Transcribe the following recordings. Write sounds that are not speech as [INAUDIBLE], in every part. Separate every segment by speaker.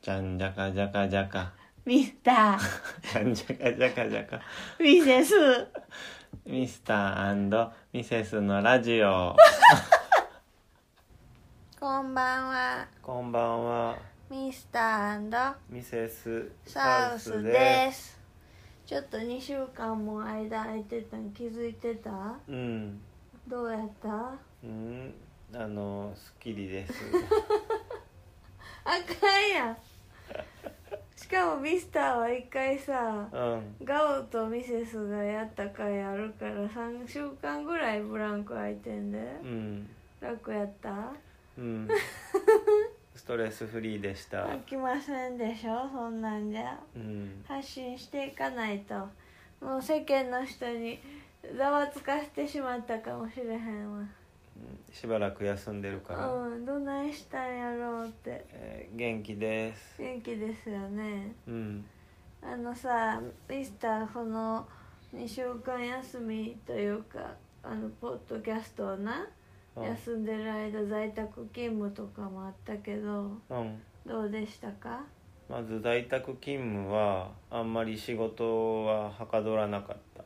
Speaker 1: じゃんじゃかじゃかじゃか。
Speaker 2: ミスター、
Speaker 1: じゃんじゃかじゃかじゃか。
Speaker 2: ミセス。
Speaker 1: ミスターミセスのラジオ。
Speaker 2: こんばんは、
Speaker 1: こんばんは。
Speaker 2: ミスター
Speaker 1: ミセス
Speaker 2: サウスです。ちょっと2週間も間空いてたん気づいてた
Speaker 1: す。うん。
Speaker 2: どうやったあ
Speaker 1: うん。あの、スッキリです。
Speaker 2: かんやん。しかもミスターは一回さ、
Speaker 1: うん。
Speaker 2: ガオとミセスがやった回あるから3週間ぐらいブランク空いてんで。
Speaker 1: うん。
Speaker 2: 楽やった
Speaker 1: うん。ストレスフリーでした。
Speaker 2: 飽きませんでしょそんなんじゃ
Speaker 1: うん。
Speaker 2: 発信していかないともう世間の人にざわつかせてしまったかもしれへん
Speaker 1: しばらく休んでるから。
Speaker 2: わうんどないしたんやろうって
Speaker 1: えー元気です。
Speaker 2: 元気ですよね
Speaker 1: うん。
Speaker 2: あのさミスターこの2週間休みというかあのポッドキャストをな
Speaker 1: うん
Speaker 2: 休んでる間在宅勤務とかもあったけど
Speaker 1: うん。
Speaker 2: どうでしたか
Speaker 1: まず在宅勤務はあんまり仕事ははかどらなかった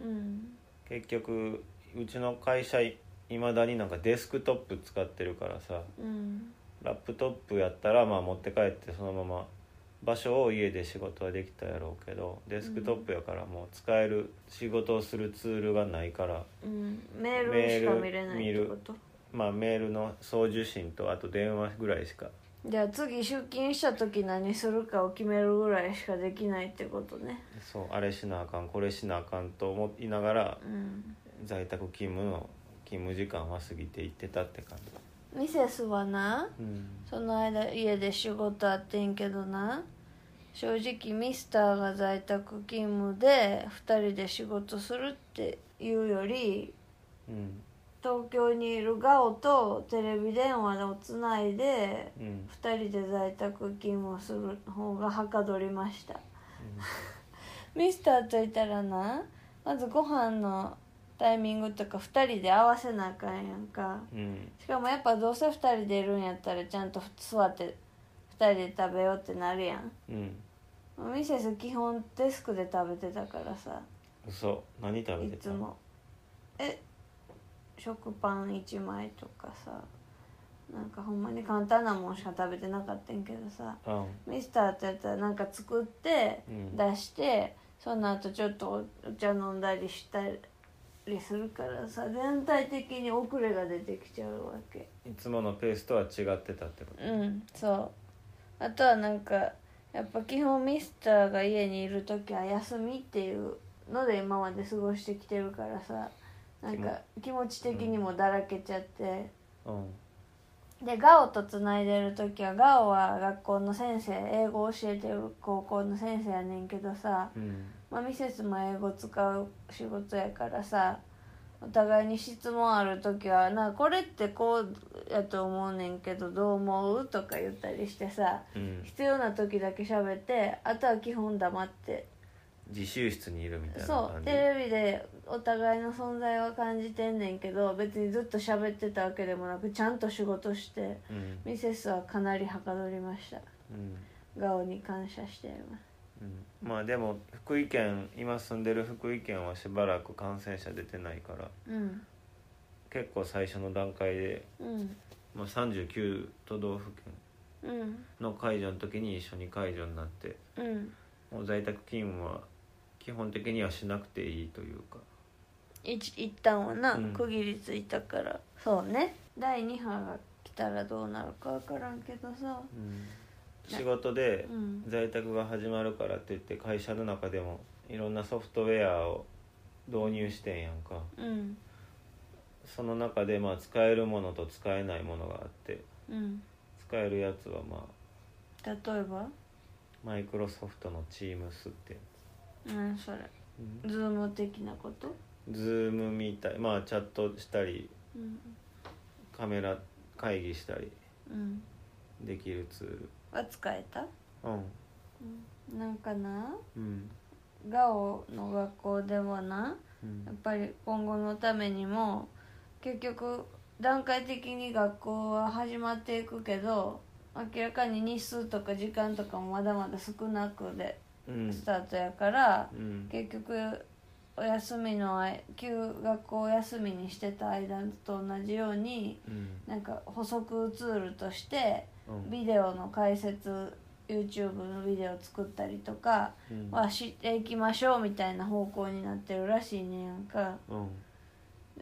Speaker 2: うん
Speaker 1: 結局うちの会社いまだになんかデスクトップ使ってるからさ
Speaker 2: うん
Speaker 1: ラップトップやったらまあ持って帰ってそのまま場所を家で仕事はできたやろうけどデスクトップやからもう使える仕事をするツールがないから
Speaker 2: うんメールしか見れないってこと
Speaker 1: まあメールの送受信とあと電話ぐらいしか
Speaker 2: じゃあ次出勤した時何するかを決めるぐらいしかできないってことね
Speaker 1: そうあれしなあかんこれしなあかんと思いながら
Speaker 2: うん
Speaker 1: 在宅勤務の勤務時間は過ぎていってたって感じ
Speaker 2: ミセスはな
Speaker 1: うん
Speaker 2: その間家で仕事あってんけどな正直ミスターが在宅勤務で2人で仕事するっていうより
Speaker 1: うん
Speaker 2: 東京にいるガオとテレビ電話をつないで
Speaker 1: うん
Speaker 2: 2人で在宅勤務をする方がはかどりましたミスターといたらなまずご飯のタイミングとか2人で合わせなあかんやんか
Speaker 1: うん
Speaker 2: しかもやっぱどうせ2人でいるんやったらちゃんと座って2人で食べようってなるやん
Speaker 1: うん
Speaker 2: ミセス基本デスクで食べてたからさ
Speaker 1: 嘘何食べ
Speaker 2: い
Speaker 1: て
Speaker 2: つ
Speaker 1: た
Speaker 2: もえ食パン1枚とかさなんかほんまに簡単なもんしか食べてなかったんけどさ
Speaker 1: あ
Speaker 2: ミスターってやったらなんか作って
Speaker 1: うん
Speaker 2: 出して、その後ちょっとお茶飲んだりしたりするからさ全体的に遅れが出てきちゃうわけ
Speaker 1: いつものペースとは違ってたってこと
Speaker 2: うんそうあとはなんかやっぱ基本ミスターが家にいる時は休みっていうので今まで過ごしてきてるからさなんか気持ち的にもだらけちゃって、
Speaker 1: うん
Speaker 2: でガオとつないでる時はガオは学校の先生英語教えてる高校の先生やねんけどさ、
Speaker 1: うん
Speaker 2: まあ、ミセスも英語使う仕事やからさお互いに質問ある時は「なこれってこうやと思うねんけどどう思う?」とか言ったりしてさ
Speaker 1: うん
Speaker 2: 必要な時だけ喋ってあとは基本黙って
Speaker 1: 自習室にいるみたいな
Speaker 2: そ
Speaker 1: 感
Speaker 2: う
Speaker 1: じ
Speaker 2: テレビでお互いの存在は感じてんねんけど別にずっと喋ってたわけでもなくちゃんと仕事して
Speaker 1: うん
Speaker 2: ミセスはかなりはかどりました
Speaker 1: うん
Speaker 2: ガオに感謝しています
Speaker 1: うんまあでも福井県今住んでる福井県はしばらく感染者出てないから
Speaker 2: うん
Speaker 1: 結構最初の段階で、
Speaker 2: うん
Speaker 1: まあ、39都道府県
Speaker 2: うん
Speaker 1: の解除の時に一緒に解除になって
Speaker 2: うん
Speaker 1: もう在宅勤務は基本的にはしなくていいというか
Speaker 2: 一一旦はな、
Speaker 1: うん
Speaker 2: 区切りついたからそうね第2波が来たらどうなるか分からんけどさ
Speaker 1: 仕事で
Speaker 2: うん
Speaker 1: 在宅が始まるからって言って会社の中でもいろんなソフトウェアを導入してんやんか
Speaker 2: うん
Speaker 1: その中でまあ使えるものと使えないものがあって
Speaker 2: うん
Speaker 1: 使えるやつはま
Speaker 2: 例えば
Speaker 1: あマイクロソフトの Teams って
Speaker 2: 何それ
Speaker 1: うん
Speaker 2: ズーム的なこと、
Speaker 1: Zoom みたいまあチャットしたり
Speaker 2: うん
Speaker 1: カメラ会議したり
Speaker 2: うん、
Speaker 1: できるツール
Speaker 2: は使えた、
Speaker 1: うん
Speaker 2: うん、なんかな
Speaker 1: うん
Speaker 2: ガオの学校ではな
Speaker 1: うん
Speaker 2: やっぱり今後のためにも結局段階的に学校は始まっていくけど明らかに日数とか時間とかもまだまだ少なくで
Speaker 1: うん
Speaker 2: スタートやから、
Speaker 1: うん
Speaker 2: 結局お休みのあい休学を休みにしてた間と同じように
Speaker 1: うん
Speaker 2: なんか補足ツールとして
Speaker 1: うん
Speaker 2: ビデオの解説 YouTube のビデオ作ったりとか
Speaker 1: うん
Speaker 2: はしていきましょうみたいな方向になってるらしいねやんか
Speaker 1: うん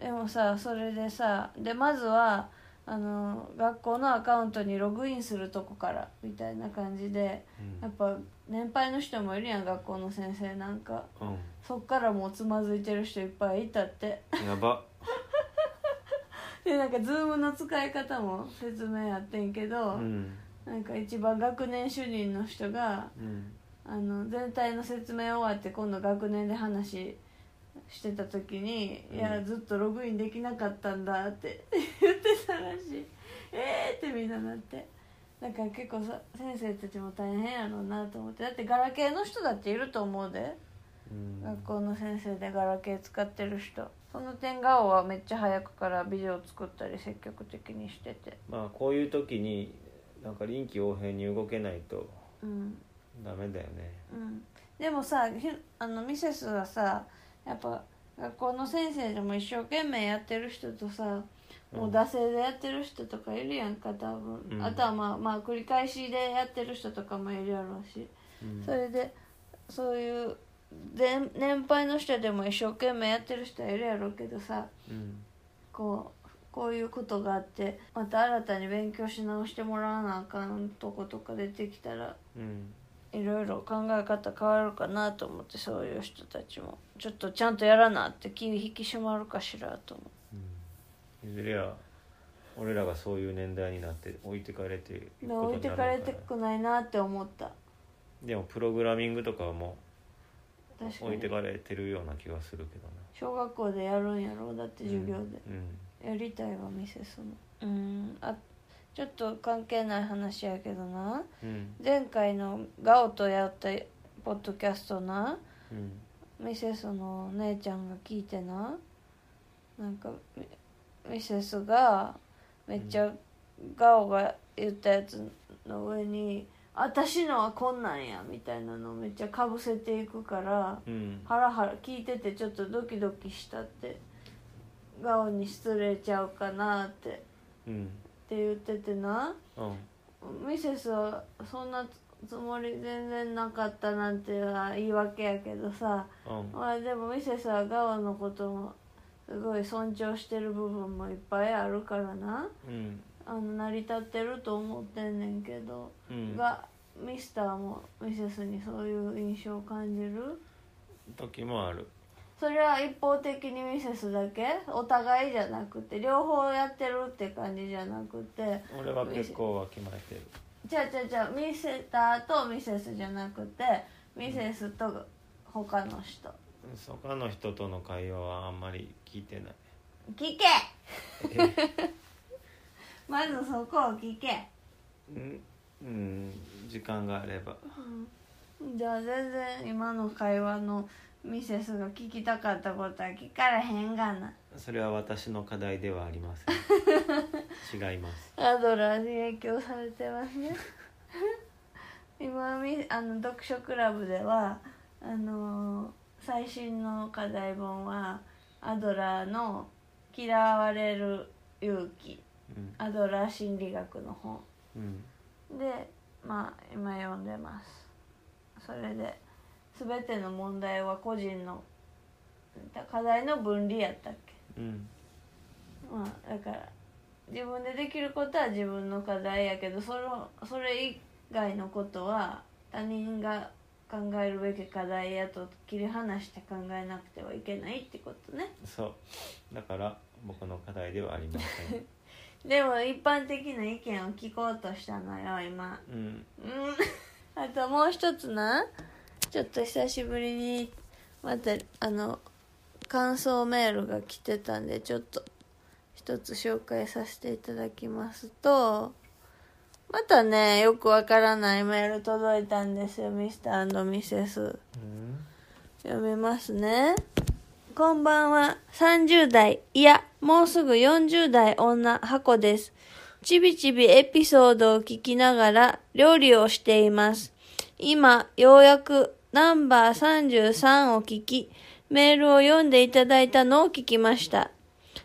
Speaker 2: でもさそれでさでまずはあの学校のアカウントにログインするとこからみたいな感じでやっぱ年配の人もいるやん学校の先生なんか
Speaker 1: うん
Speaker 2: そっからもうつまずいてる人いっぱいいたって [LAUGHS]
Speaker 1: うんやば
Speaker 2: でなんか Zoom の使い方も説明あってんけど、
Speaker 1: うん
Speaker 2: なんか一番学年主任の人が
Speaker 1: うん
Speaker 2: あの全体の説明終わって今度学年で話してた時に「
Speaker 1: うん
Speaker 2: いやずっとログインできなかったんだ」って [LAUGHS] 言ってたらしいえーってみんななってだから結構さ先生たちも大変やろうなと思ってだってガラケーの人だっていると思うで
Speaker 1: うん
Speaker 2: 学校の先生でガラケー使ってる人その点ガオはめっちゃ早くからビデオ作ったり積極的にしてて
Speaker 1: まあこういう時になんか臨機応変に動けないと
Speaker 2: うん
Speaker 1: ダメだよね
Speaker 2: うんでもさひあのミセスはさやっぱ学校の先生でも一生懸命やってる人とさもう惰性でやってる人とかいるやんか多分、
Speaker 1: うん
Speaker 2: あとはまあまあ繰り返しでやってる人とかもいるやろうし、
Speaker 1: うん
Speaker 2: それでそういうで年配の人でも一生懸命やってる人はいるやろうけどさ
Speaker 1: うん
Speaker 2: こうこういうことがあってまた新たに勉強し直してもらわなあかんとことか出てきたら
Speaker 1: うん
Speaker 2: いろいろ考え方変わるかなと思ってそういう人たちもちょっとちゃんとやらなって気引き締まるかしらと思
Speaker 1: うんいずれや俺らがそういう年代になって置いてかれていく
Speaker 2: う
Speaker 1: こ
Speaker 2: で
Speaker 1: と
Speaker 2: 置い
Speaker 1: に
Speaker 2: て
Speaker 1: なるの
Speaker 2: か
Speaker 1: か
Speaker 2: れ
Speaker 1: な
Speaker 2: てくないなって思った
Speaker 1: でもプログラミングとかはも
Speaker 2: 確
Speaker 1: う
Speaker 2: か
Speaker 1: 置いて
Speaker 2: に
Speaker 1: かれてるような気がするけどな
Speaker 2: 小学校でやるんやろだって授業で、
Speaker 1: うん
Speaker 2: やりたいわミセスもうんあちょっと関係ない話やけどな
Speaker 1: うん
Speaker 2: 前回のガオとやったポッドキャストな
Speaker 1: うん
Speaker 2: ミセスの姉ちゃんが聞いてななんかミミセスがめっちゃガオが言ったやつの上に「私のはこんなんや」みたいなのをめっちゃかぶせていくから
Speaker 1: うん
Speaker 2: ハラハラ聞いててちょっとドキドキしたってガオに失礼ちゃうかなってっ
Speaker 1: うん
Speaker 2: て言っててな
Speaker 1: うん
Speaker 2: ミセスはそんなつもり全然なかったなんていうのは言い訳やけどさ
Speaker 1: うん
Speaker 2: まあでもミセスはガオのこともすごい尊重してる部分もいっぱいあるからな
Speaker 1: うん
Speaker 2: あの成り立ってると思ってんねんけど、
Speaker 1: うん
Speaker 2: がミスターもミセスにそういう印象を感じる
Speaker 1: 時もある
Speaker 2: それは一方的にミセスだけお互いじゃなくて両方やってるって感じじゃなくて
Speaker 1: 俺は結構わきまえてる
Speaker 2: じゃあじゃあじゃあミスターとミセスじゃなくてミセスと他の人
Speaker 1: 他の人との会話はあんまり聞いて
Speaker 2: [LAUGHS]
Speaker 1: ない
Speaker 2: 聞けまずそこを聞け
Speaker 1: うんうん時間があれば
Speaker 2: じゃあ全然今の会話のミセスが聞きたかったことは聞からへんがな
Speaker 1: それは私の課題ではありませ
Speaker 2: [LAUGHS]
Speaker 1: ん違います
Speaker 2: アドラーに影響されてます [LAUGHS] ね今みあの読書クラブではあのー最新の課題本はアドラーの「嫌われる勇気」
Speaker 1: うん
Speaker 2: アドラー心理学の本
Speaker 1: うん
Speaker 2: でまあ今読んでますそれで全ての問題は個人の課題の分離やったっけ
Speaker 1: うん
Speaker 2: まあだから自分でできることは自分の課題やけどそのそれ以外のことは他人が考えるべき課題やと切り離して考えなくてはいけないってことね
Speaker 1: そうだから僕の課題ではありませ
Speaker 2: [LAUGHS]
Speaker 1: ん
Speaker 2: でも一般的な意見を聞こうとしたのよ今
Speaker 1: うん
Speaker 2: うん [LAUGHS] あともう一つなちょっと久しぶりにまたあの感想メールが来てたんでちょっと一つ紹介させていただきますとまたねよくわからないメール届いたんですよミスターミセス
Speaker 1: うん
Speaker 2: 読みますねこんばんは30代いやもうすぐ40代女箱ですちびちびエピソードを聞きながら料理をしています。今、ようやくナンバー33を聞き、メールを読んでいただいたのを聞きました。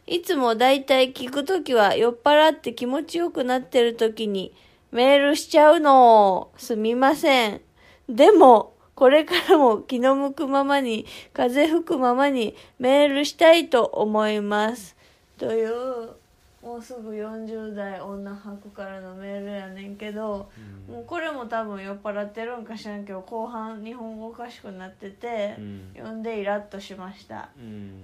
Speaker 2: いつもだいたい聞くときは酔っ払って気持ちよくなってるときにメールしちゃうの。すみません。でも、これからも気の向くままに、風吹くままにメールしたいと思います。という、もうすぐ40代女博からのメールやねんけど、もうこれも多分酔っ払ってるんか知らんけど、後半日本語おかしくなってて、
Speaker 1: うん
Speaker 2: 読んでイラッとしました。
Speaker 1: うん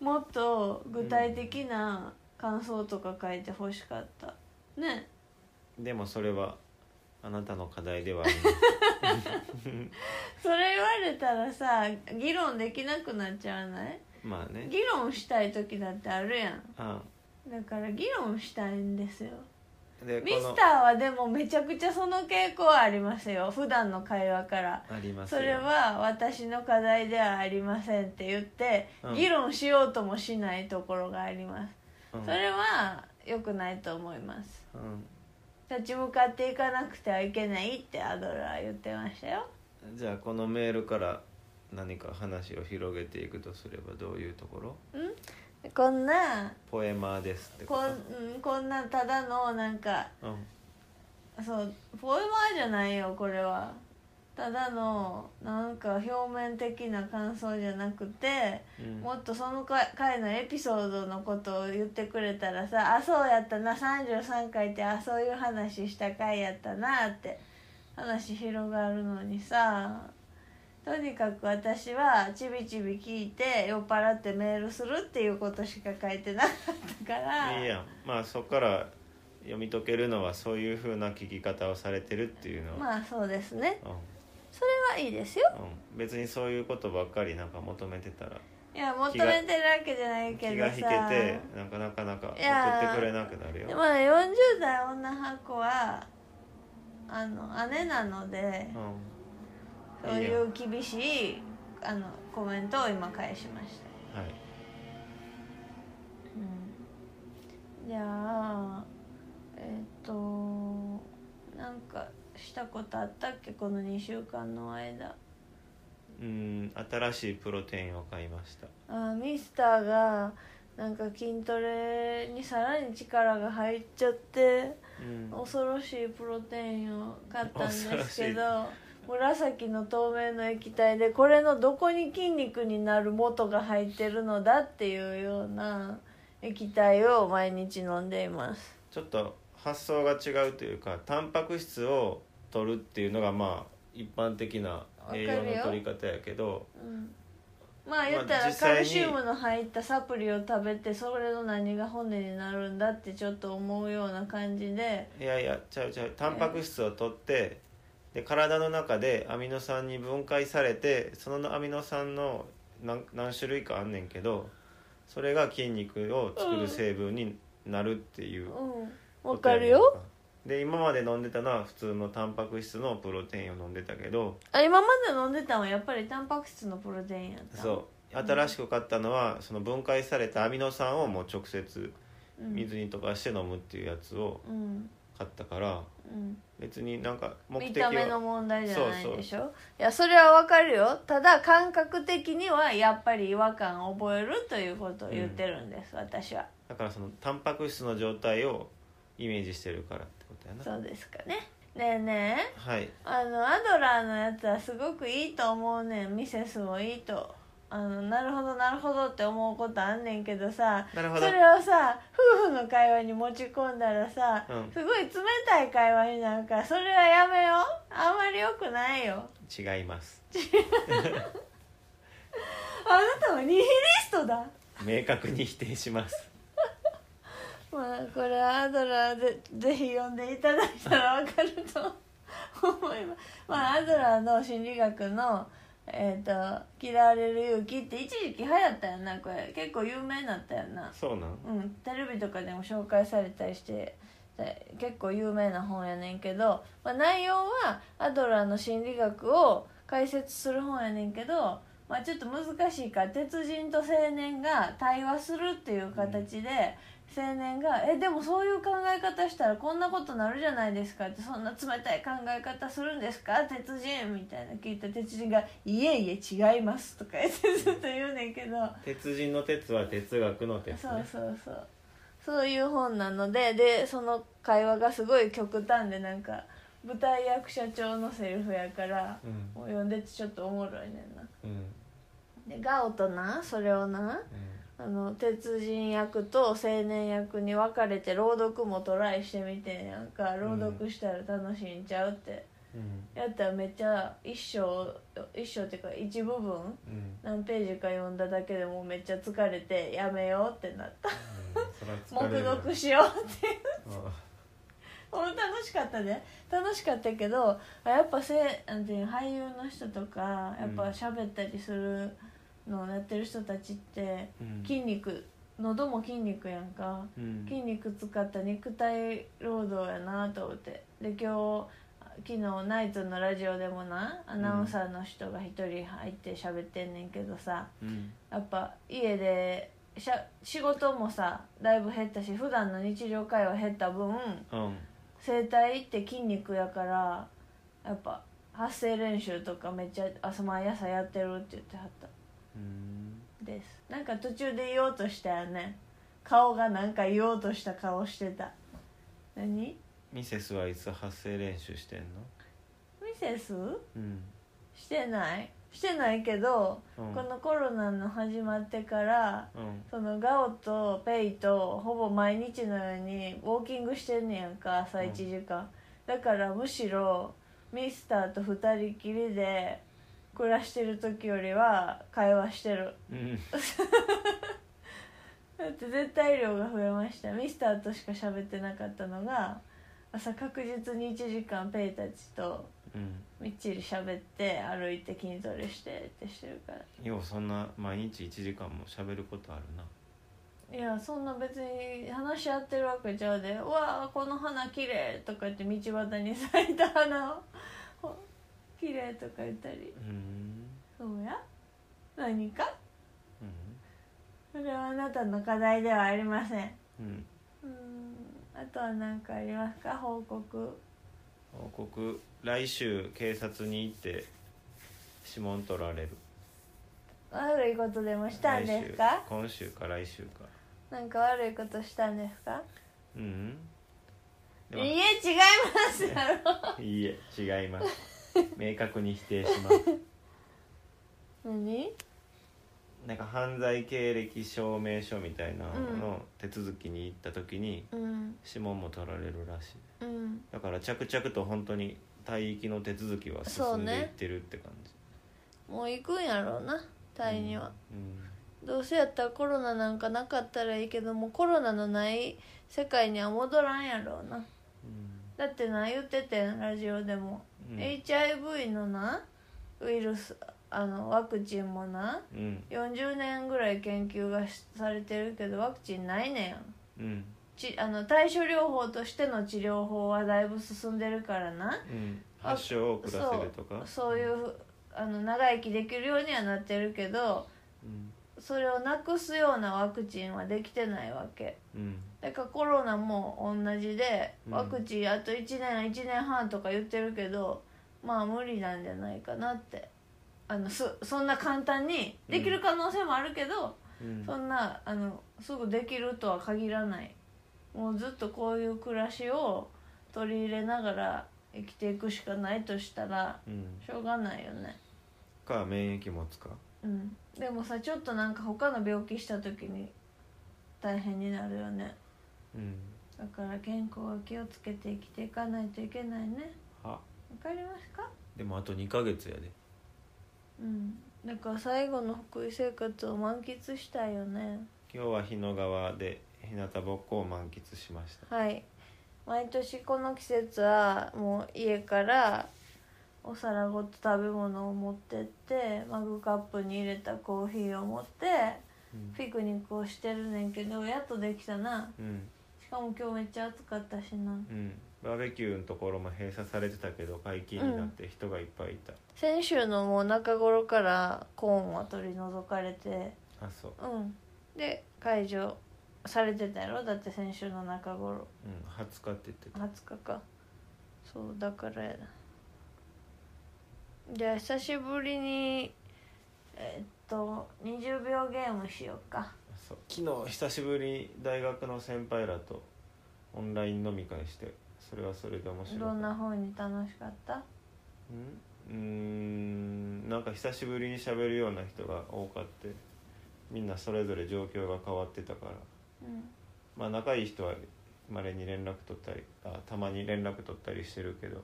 Speaker 2: もっと具体的な感想とか書いてほしかったね
Speaker 1: でもそれはあなたの課題ではあり
Speaker 2: それ言われたらさ議論できなくなっちゃわない
Speaker 1: まあまあね
Speaker 2: 議論したい時だってあるやん
Speaker 1: あ
Speaker 2: だから議論したいんですよ
Speaker 1: で
Speaker 2: ミス
Speaker 1: こ
Speaker 2: ターはでもめちゃくちゃその傾向はありますよ普段の会話から
Speaker 1: のあります
Speaker 2: そ
Speaker 1: よ
Speaker 2: れは私の課題ではありませんって言って
Speaker 1: うん
Speaker 2: 議論しようともしないところがあります
Speaker 1: うん
Speaker 2: それは良くないと思います
Speaker 1: う
Speaker 2: 立ち向かっていかなくてはいけないってアドラー言ってましたよ
Speaker 1: ん、じゃあこのメールから何か話を広げていくとすればどういうところ
Speaker 2: こんな
Speaker 1: ポエマーですって
Speaker 2: こ
Speaker 1: こ
Speaker 2: ん,、うん、こんなただのなんか
Speaker 1: とうん
Speaker 2: そうポエマーじゃないよこれはただのなんか表面的な感想じゃなくて
Speaker 1: うん
Speaker 2: もっとその回回のエピソードのことを言ってくれたらさ「あそうやったな33回ってあそういう話した回やったな」って話広がるのにさとにかく私はちびちび聞いて酔っ払ってメールするっていうことしか書いてなかったから
Speaker 1: いいやんまあそこから読み解けるのはそういうふうな聞き方をされてるっていうのは、
Speaker 2: まあそうですね
Speaker 1: うん
Speaker 2: それはいいですよ
Speaker 1: うん、別にそういうことばっかりなんか求めてたら
Speaker 2: いや求めてるわけじゃないけ
Speaker 1: 気
Speaker 2: ど
Speaker 1: が
Speaker 2: さ
Speaker 1: 引けてなんかなかなか送
Speaker 2: いやー
Speaker 1: ってくれなくなるよ
Speaker 2: で、も40代女箱はあの姉なので、
Speaker 1: う
Speaker 2: そういう厳しいあのコメントを今返しました、
Speaker 1: んはい、
Speaker 2: じゃあえっ、となんかしたことあったっけこの2週間の間
Speaker 1: うん新しいプロテインを買いました
Speaker 2: あーミスターがなんか筋トレにさらに力が入っちゃって
Speaker 1: うん
Speaker 2: 恐ろしいプロテインを買ったんですけ
Speaker 1: 恐
Speaker 2: ど紫の透明の液体でこれのどこに筋肉になる元が入ってるのだっていうような液体を毎日飲んでいます
Speaker 1: ちょっと発想が違うというかタンパク質を取るっていうのがまあ一般的な栄養の取り方やけど
Speaker 2: うんまあ
Speaker 1: あ
Speaker 2: 言ったら
Speaker 1: 実
Speaker 2: カ
Speaker 1: 際に
Speaker 2: ルシウムの入ったサプリを食べてそれの何が骨になるんだってちょっと思うような感じで
Speaker 1: いやいやちゃうちゃうタンパク質を取ってで体の中でアミノ酸に分解されてそのアミノ酸の何何種類かあんねんけどそれが筋肉を作る成分になるっていう
Speaker 2: うんわ
Speaker 1: わ
Speaker 2: かるよ
Speaker 1: で今まで飲んでたのは普通のタンパク質のプロテインを飲んでたけど
Speaker 2: あ今まで飲んでたのはやっぱりタンパク質のプロテインやった
Speaker 1: そう新しく買ったのはその分解されたアミノ酸をもう直接
Speaker 2: うん、
Speaker 1: 水に溶かして飲むっていうやつを
Speaker 2: うん
Speaker 1: 買ったから
Speaker 2: うん
Speaker 1: 別になんか目
Speaker 2: 見
Speaker 1: 的
Speaker 2: た目の
Speaker 1: は
Speaker 2: 問題じゃない
Speaker 1: そう
Speaker 2: でし
Speaker 1: そ
Speaker 2: ょいやそれはわかるよただ感覚的にはやっぱり違和感を覚えるということを言ってるんです、私は
Speaker 1: だからそのタンパク質の状態をイメージしてるからってことやな
Speaker 2: そうですかねねえねえ
Speaker 1: はい
Speaker 2: あのアドラーのやつはすごくいいと思うねんミセスもいいとあのなるほどなるほどって思うことあんねんけどさ
Speaker 1: なるほ
Speaker 2: そ
Speaker 1: ど
Speaker 2: れをさ夫婦の会話に持ち込んだらさ、
Speaker 1: うん
Speaker 2: すごい冷たい会話になるからそれはやめようあんまり良くないよ
Speaker 1: 違います
Speaker 2: あなたはニヒリストだ
Speaker 1: 明確に否定し
Speaker 2: [LAUGHS]
Speaker 1: ます
Speaker 2: まあこれはアドラーでぜひ読んでいただいたらわかると思いますまあアドラーの心理学の「えー、と嫌われる勇気」って一時期流行ったよなこれ結構有名になったよな
Speaker 1: そうなん
Speaker 2: うんテレビとかでも紹介されたりしてで結構有名な本やねんけど、まあ、内容はアドラーの心理学を解説する本やねんけど、まあ、ちょっと難しいから鉄人と青年が対話するっていう形で、青年が「えでもそういう考え方したらこんなことなるじゃないですか」って「そんな冷たい考え方するんですか鉄人」みたいな聞いた鉄人が「いえいえ違います」とか言ってずっと言うねんけど
Speaker 1: 鉄人の鉄は哲学の鉄
Speaker 2: そう
Speaker 1: ね
Speaker 2: そうそうそういう本なのででその会話がすごい極端でなんか舞台役者長のセリフやから、
Speaker 1: うん
Speaker 2: もう読んでてちょっとおもろいねんな。
Speaker 1: うんうん
Speaker 2: でガオとなそれをなあの鉄人役と青年役に分かれて朗読もトライしてみてんやんか朗読したら楽しいんちゃうって、
Speaker 1: うん
Speaker 2: やったらめっちゃ一章一章っていうか一部分
Speaker 1: うん
Speaker 2: 何ページか読んだだけでもうめっちゃ疲れてやめようってなった
Speaker 1: うんそら疲れ
Speaker 2: 黙
Speaker 1: るよ
Speaker 2: 読しようって
Speaker 1: あ
Speaker 2: ほんと楽しかったね楽しかったけどあやっぱせなんていう俳優の人とかやっぱ喋ったりするのをやってる人たちって
Speaker 1: うん
Speaker 2: 筋肉喉も筋肉やんか
Speaker 1: うん
Speaker 2: 筋肉使った肉体労働やなと思ってで今日昨日ナイツのラジオでもなアナウンサーの人が一人入って喋ってんねんけどさ、
Speaker 1: うん
Speaker 2: やっぱ家でしゃ仕事もさだいぶ減ったし普段の日常会話減った分
Speaker 1: うん
Speaker 2: 声帯って筋肉やからやっぱ発声練習とかめっちゃ朝毎朝やってるって言ってはった
Speaker 1: うん
Speaker 2: ですなんか途中で言おうとしたよね顔がなんか言おうとした顔してた何
Speaker 1: ミセスはいつ発声練習してんの
Speaker 2: ミセス
Speaker 1: うん
Speaker 2: してないしてないけど、
Speaker 1: うん
Speaker 2: このコロナの始まってから
Speaker 1: うん
Speaker 2: そのガオとペイとほぼ毎日のようにウォーキングしてんねやんか朝1時間、だからむしろミスターと2人きりで暮らしてる時よりは会話してる
Speaker 1: うん
Speaker 2: だって絶対量が増えましたミスターとしか喋ってなかったのが朝確実に1時間ペイたちと
Speaker 1: うん
Speaker 2: みっちり喋って歩いて筋トレしてってしてるから
Speaker 1: ようそんな毎日1時間も喋ることあるない
Speaker 2: やそんな別に話し合ってるわけちゃうで「うわあこの花綺麗とか言って道端に咲いた花をほ綺麗とか言ったり
Speaker 1: うん
Speaker 2: そうや何か
Speaker 1: う
Speaker 2: それはあなたの課題ではありません
Speaker 1: んうん
Speaker 2: うーんあとは何かありますか報告
Speaker 1: 報告来週警察に行って指紋取られる
Speaker 2: 悪いことでもしたんです
Speaker 1: 来
Speaker 2: か
Speaker 1: 週今週か来週か
Speaker 2: なんか悪いことしたんですか
Speaker 1: うんうん
Speaker 2: い
Speaker 1: で
Speaker 2: い
Speaker 1: は
Speaker 2: え違いますやろ
Speaker 1: いいえ違います明確に否定します
Speaker 2: 何
Speaker 1: なんか犯罪経歴証明書みたいなの
Speaker 2: う
Speaker 1: の手続きに行った時に
Speaker 2: うん
Speaker 1: 指紋も取られるらしい
Speaker 2: うん
Speaker 1: だから着々と本当に帯域の手続きは進んでいってるって感じ、
Speaker 2: もう行くんやろうなタイには。
Speaker 1: うん
Speaker 2: どうせやったらコロナなんかなかったらいいけどもうコロナのない世界には戻らんやろうなだってな言っててんラジオでも、
Speaker 1: うんうん
Speaker 2: HIV のなウイルスあのワクチンもな
Speaker 1: うん
Speaker 2: 40年ぐらい研究がしされてるけどワクチンないねん
Speaker 1: うん
Speaker 2: ちあの対処療法としての治療法はだいぶ進んでるからな
Speaker 1: うん
Speaker 2: あ
Speaker 1: 発症を下せるとか
Speaker 2: そういうあの長生きできるようにはなってるけど
Speaker 1: うん
Speaker 2: それをなくすようなワクチンはできてないわけ
Speaker 1: うん
Speaker 2: だからコロナも同じで
Speaker 1: うん
Speaker 2: ワクチンあと1年1年半とか言ってるけど、まあ無理なんじゃないかなってあのそそんな簡単にできる可能性もあるけど、
Speaker 1: うん
Speaker 2: そんなあのすぐできるとは限らないもうずっとこういう暮らしを取り入れながら生きていくしかないとしたら
Speaker 1: うん
Speaker 2: しょうがないよね
Speaker 1: か免疫持つか
Speaker 2: うんでもさちょっとなんか他の病気した時に大変になるよね
Speaker 1: うん
Speaker 2: だから健康は気をつけて生きていかないといけないね
Speaker 1: は
Speaker 2: わかりますか
Speaker 1: でもあと2ヶ月やで
Speaker 2: うんだから最後の福井生活を満喫したいよね
Speaker 1: 今日は日野川で日向ぼっこを満喫しました
Speaker 2: はい毎年この季節はもう家からお皿ごと食べ物を持ってってマグカップに入れたコーヒーを持って
Speaker 1: うん
Speaker 2: ピクニックをしてるねんけどやっとできたな
Speaker 1: うん、
Speaker 2: しかも今日めっちゃ暑かったしな
Speaker 1: うん、バーベキューのところも閉鎖されてたけど解禁になって人がいっぱいいた、
Speaker 2: 先週のもう中頃からコーンは取り除かれて
Speaker 1: あそう
Speaker 2: うんで解除されてたやろだって先週の中頃
Speaker 1: うん、20日って言ってた
Speaker 2: 20日かそうだからやなじゃあ久しぶりにえーっと20秒ゲームしようか
Speaker 1: そう昨日久しぶりに大学の先輩らとオンライン飲み会してそれはそれで面白い
Speaker 2: どんな風に楽しかった
Speaker 1: うんうーんなんか久しぶりに喋るような人が多かってみんなそれぞれ状況が変わってたから
Speaker 2: うん
Speaker 1: まあ仲いい人はまれに連絡取ったりあたまに連絡取ったりしてるけど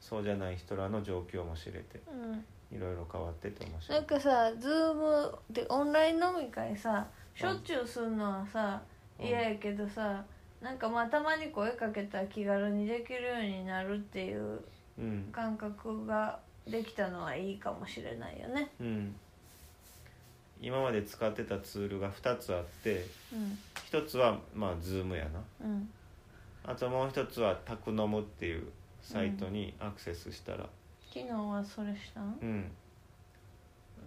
Speaker 1: そうじゃない人らの状況も知れて
Speaker 2: うんうん
Speaker 1: いろいろ変わってて面白い
Speaker 2: なんかさズームでオンライン飲み会さしょっちゅうすんのはさ
Speaker 1: うん
Speaker 2: 嫌やけどさなんかまあたまに声かけたら気軽にできるようになるっていう
Speaker 1: うん
Speaker 2: 感覚ができたのはいいかもしれないよね
Speaker 1: うん今まで使ってたツールが2つあって
Speaker 2: うん
Speaker 1: 1つはまあ Zoom やな
Speaker 2: うん
Speaker 1: あともう1つは宅飲むっていうサイトにアクセスしたら、
Speaker 2: 昨日はそれしたん
Speaker 1: うん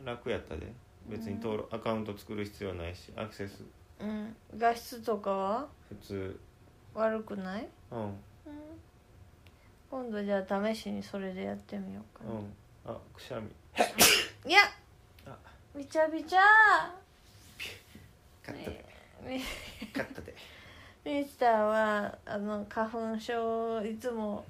Speaker 1: 楽やったで別に登録、アカウント作る必要ないしアクセス
Speaker 2: うん画質とかは
Speaker 1: 普通
Speaker 2: 悪くない
Speaker 1: うんうん
Speaker 2: うん今度じゃあ試しにそれでやってみようかな、
Speaker 1: あくしゃみ
Speaker 2: いや
Speaker 1: あ
Speaker 2: びちゃびちゃ
Speaker 1: カットで
Speaker 2: み
Speaker 1: カット [LAUGHS] で
Speaker 2: ミスターはあの花粉症いつも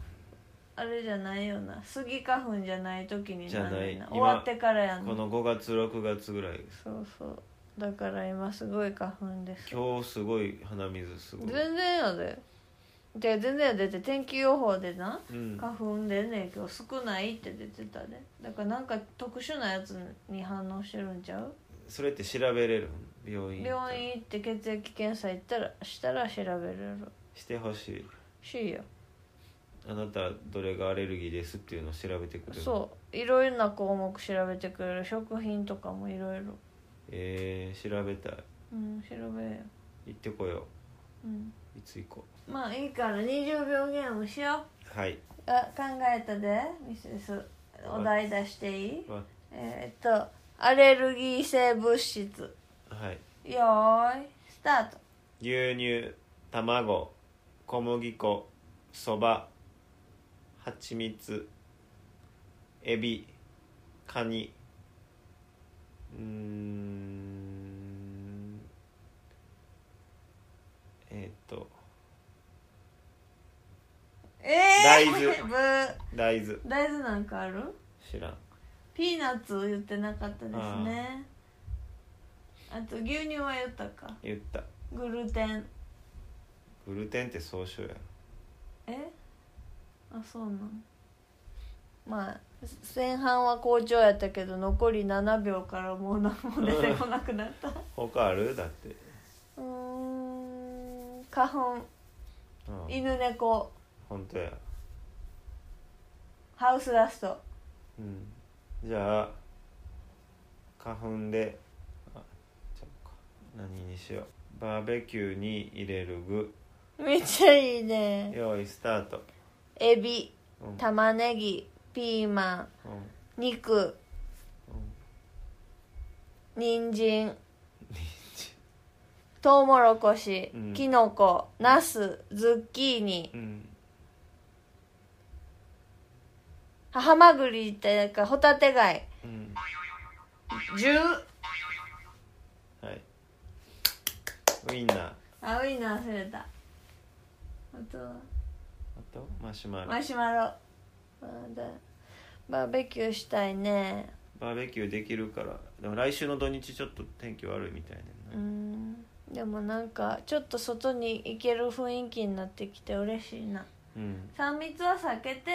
Speaker 2: あれじゃないよなスギ花粉じゃない時にんねん
Speaker 1: じゃない今
Speaker 2: 終わってからやん
Speaker 1: こ
Speaker 2: の
Speaker 1: の5月6月ぐらいです
Speaker 2: そうそうだから今すごい花粉です
Speaker 1: 今日すごい鼻水すごい
Speaker 2: 全然やでで全然やでって天気予報でな
Speaker 1: うん
Speaker 2: 花粉でね今日少ないって出てたでだからなんか特殊なやつに反応してるんちゃう
Speaker 1: それって調べれるん病院
Speaker 2: 病院行って血液検査行ったらしたら調べれる
Speaker 1: してほしい
Speaker 2: しいよ
Speaker 1: あなたどれがアレルギーですっていうのを調べてくれる
Speaker 2: そういろいろな項目調べてくれる食品とかもいろいろ
Speaker 1: えー、調べたい
Speaker 2: うん調べよ
Speaker 1: 行ってこよ
Speaker 2: う、うん、
Speaker 1: ういつ行こ
Speaker 2: まあいいから20秒ゲームしよ
Speaker 1: うはいう
Speaker 2: あ考えたでミセスお題出していい
Speaker 1: わ
Speaker 2: えーっとアレルギー性物質
Speaker 1: はい
Speaker 2: よーいスタート
Speaker 1: 牛乳卵小麦粉そば蜂蜜エビカニうーんえー、っと
Speaker 2: ええ
Speaker 1: 大
Speaker 2: [LAUGHS]
Speaker 1: 大
Speaker 2: ー、
Speaker 1: 豆
Speaker 2: ブー大豆なんかある
Speaker 1: 知らん
Speaker 2: ピーナッツを言ってなかったですねあと牛乳は言ったか
Speaker 1: 言った
Speaker 2: グルテン
Speaker 1: グルテンって総称や
Speaker 2: えあそうなのまあ前半は好調やったけど残り7秒からもう何も出てこなくなったう
Speaker 1: 他あるだって
Speaker 2: ーん花粉
Speaker 1: うん
Speaker 2: 犬猫
Speaker 1: 本当や
Speaker 2: ハウスダスト
Speaker 1: うんじゃあ花粉であちゃうか何にしようバーベキューに入れる具
Speaker 2: めっちゃいいね
Speaker 1: 用意スタート
Speaker 2: エビ
Speaker 1: うんうん
Speaker 2: 玉ねぎピーマン肉
Speaker 1: うん
Speaker 2: 人参
Speaker 1: 人参
Speaker 2: トウモロコシ
Speaker 1: うん
Speaker 2: きのこナスズッキーニ
Speaker 1: うん
Speaker 2: ハマグリってかホタテ貝
Speaker 1: うん
Speaker 2: 10
Speaker 1: はいウインナーあ
Speaker 2: あウインナー忘れたあとは
Speaker 1: とマシュマロ
Speaker 2: マシュマロまだバーベキューしたいね
Speaker 1: バーベキューできるからでも来週の土日ちょっと天気悪いみたいねん
Speaker 2: う
Speaker 1: な、
Speaker 2: んでもなんかちょっと外に行ける雰囲気になってきて嬉しいな
Speaker 1: うん
Speaker 2: 3密は避けて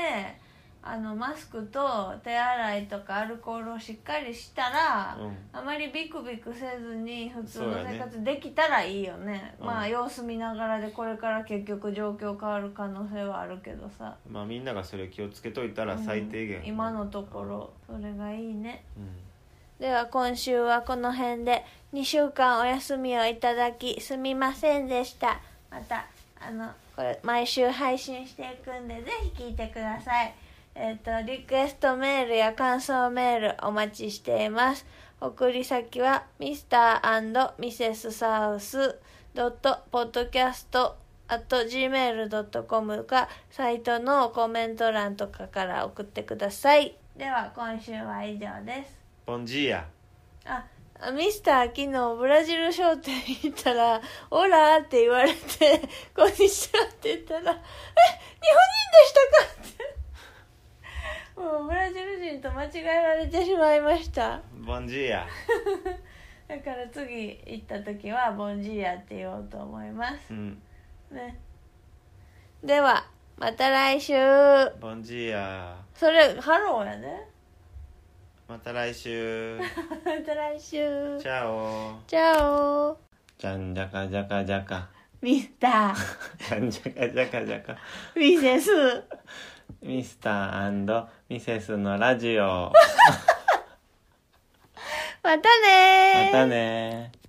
Speaker 2: あのマスクと手洗いとかアルコールをしっかりしたら、
Speaker 1: うん
Speaker 2: あまりビクビクせずに普通
Speaker 1: そう
Speaker 2: の
Speaker 1: やね
Speaker 2: 生活できたらいいよね
Speaker 1: うん
Speaker 2: まあ様子見ながらでこれから結局状況変わる可能性はあるけどさ、
Speaker 1: まあみんながそれ気をつけといたら
Speaker 2: うん
Speaker 1: 最低限、
Speaker 2: 今のところそれがいいね
Speaker 1: うん
Speaker 2: では今週はこの辺で2週間お休みをいただきすみませんでしたまたあのこれ毎週配信していくんでぜひ聞いてくださいえっ、とリクエストメールや感想メールお待ちしています送り先は Mr.& ミセスサウス podcast.gmail.com かサイトのコメント欄とかから送ってくださいでは今週は以上です
Speaker 1: ボンジーヤ
Speaker 2: ああミスター昨日ブラジル商店行ったら「オラ」って言われて [LAUGHS] 「こんにちは」って言ったら「え日本人でしたか?」って [LAUGHS] もうブラジル人と間違えられてしまいました
Speaker 1: ボンジーヤ
Speaker 2: だから次行った時は「ボンジーヤ」って言おうと思います
Speaker 1: うん
Speaker 2: ねではまた来週
Speaker 1: ボンジーヤ
Speaker 2: それハローやね [LAUGHS]
Speaker 1: また来週
Speaker 2: また来週
Speaker 1: チャオ
Speaker 2: じゃあ
Speaker 1: じゃんじゃかじゃかじゃか
Speaker 2: ミスター
Speaker 1: じゃんじゃかじゃかじゃか
Speaker 2: ミセス
Speaker 1: ミスターミセスのラジオ
Speaker 2: またねー
Speaker 1: またねー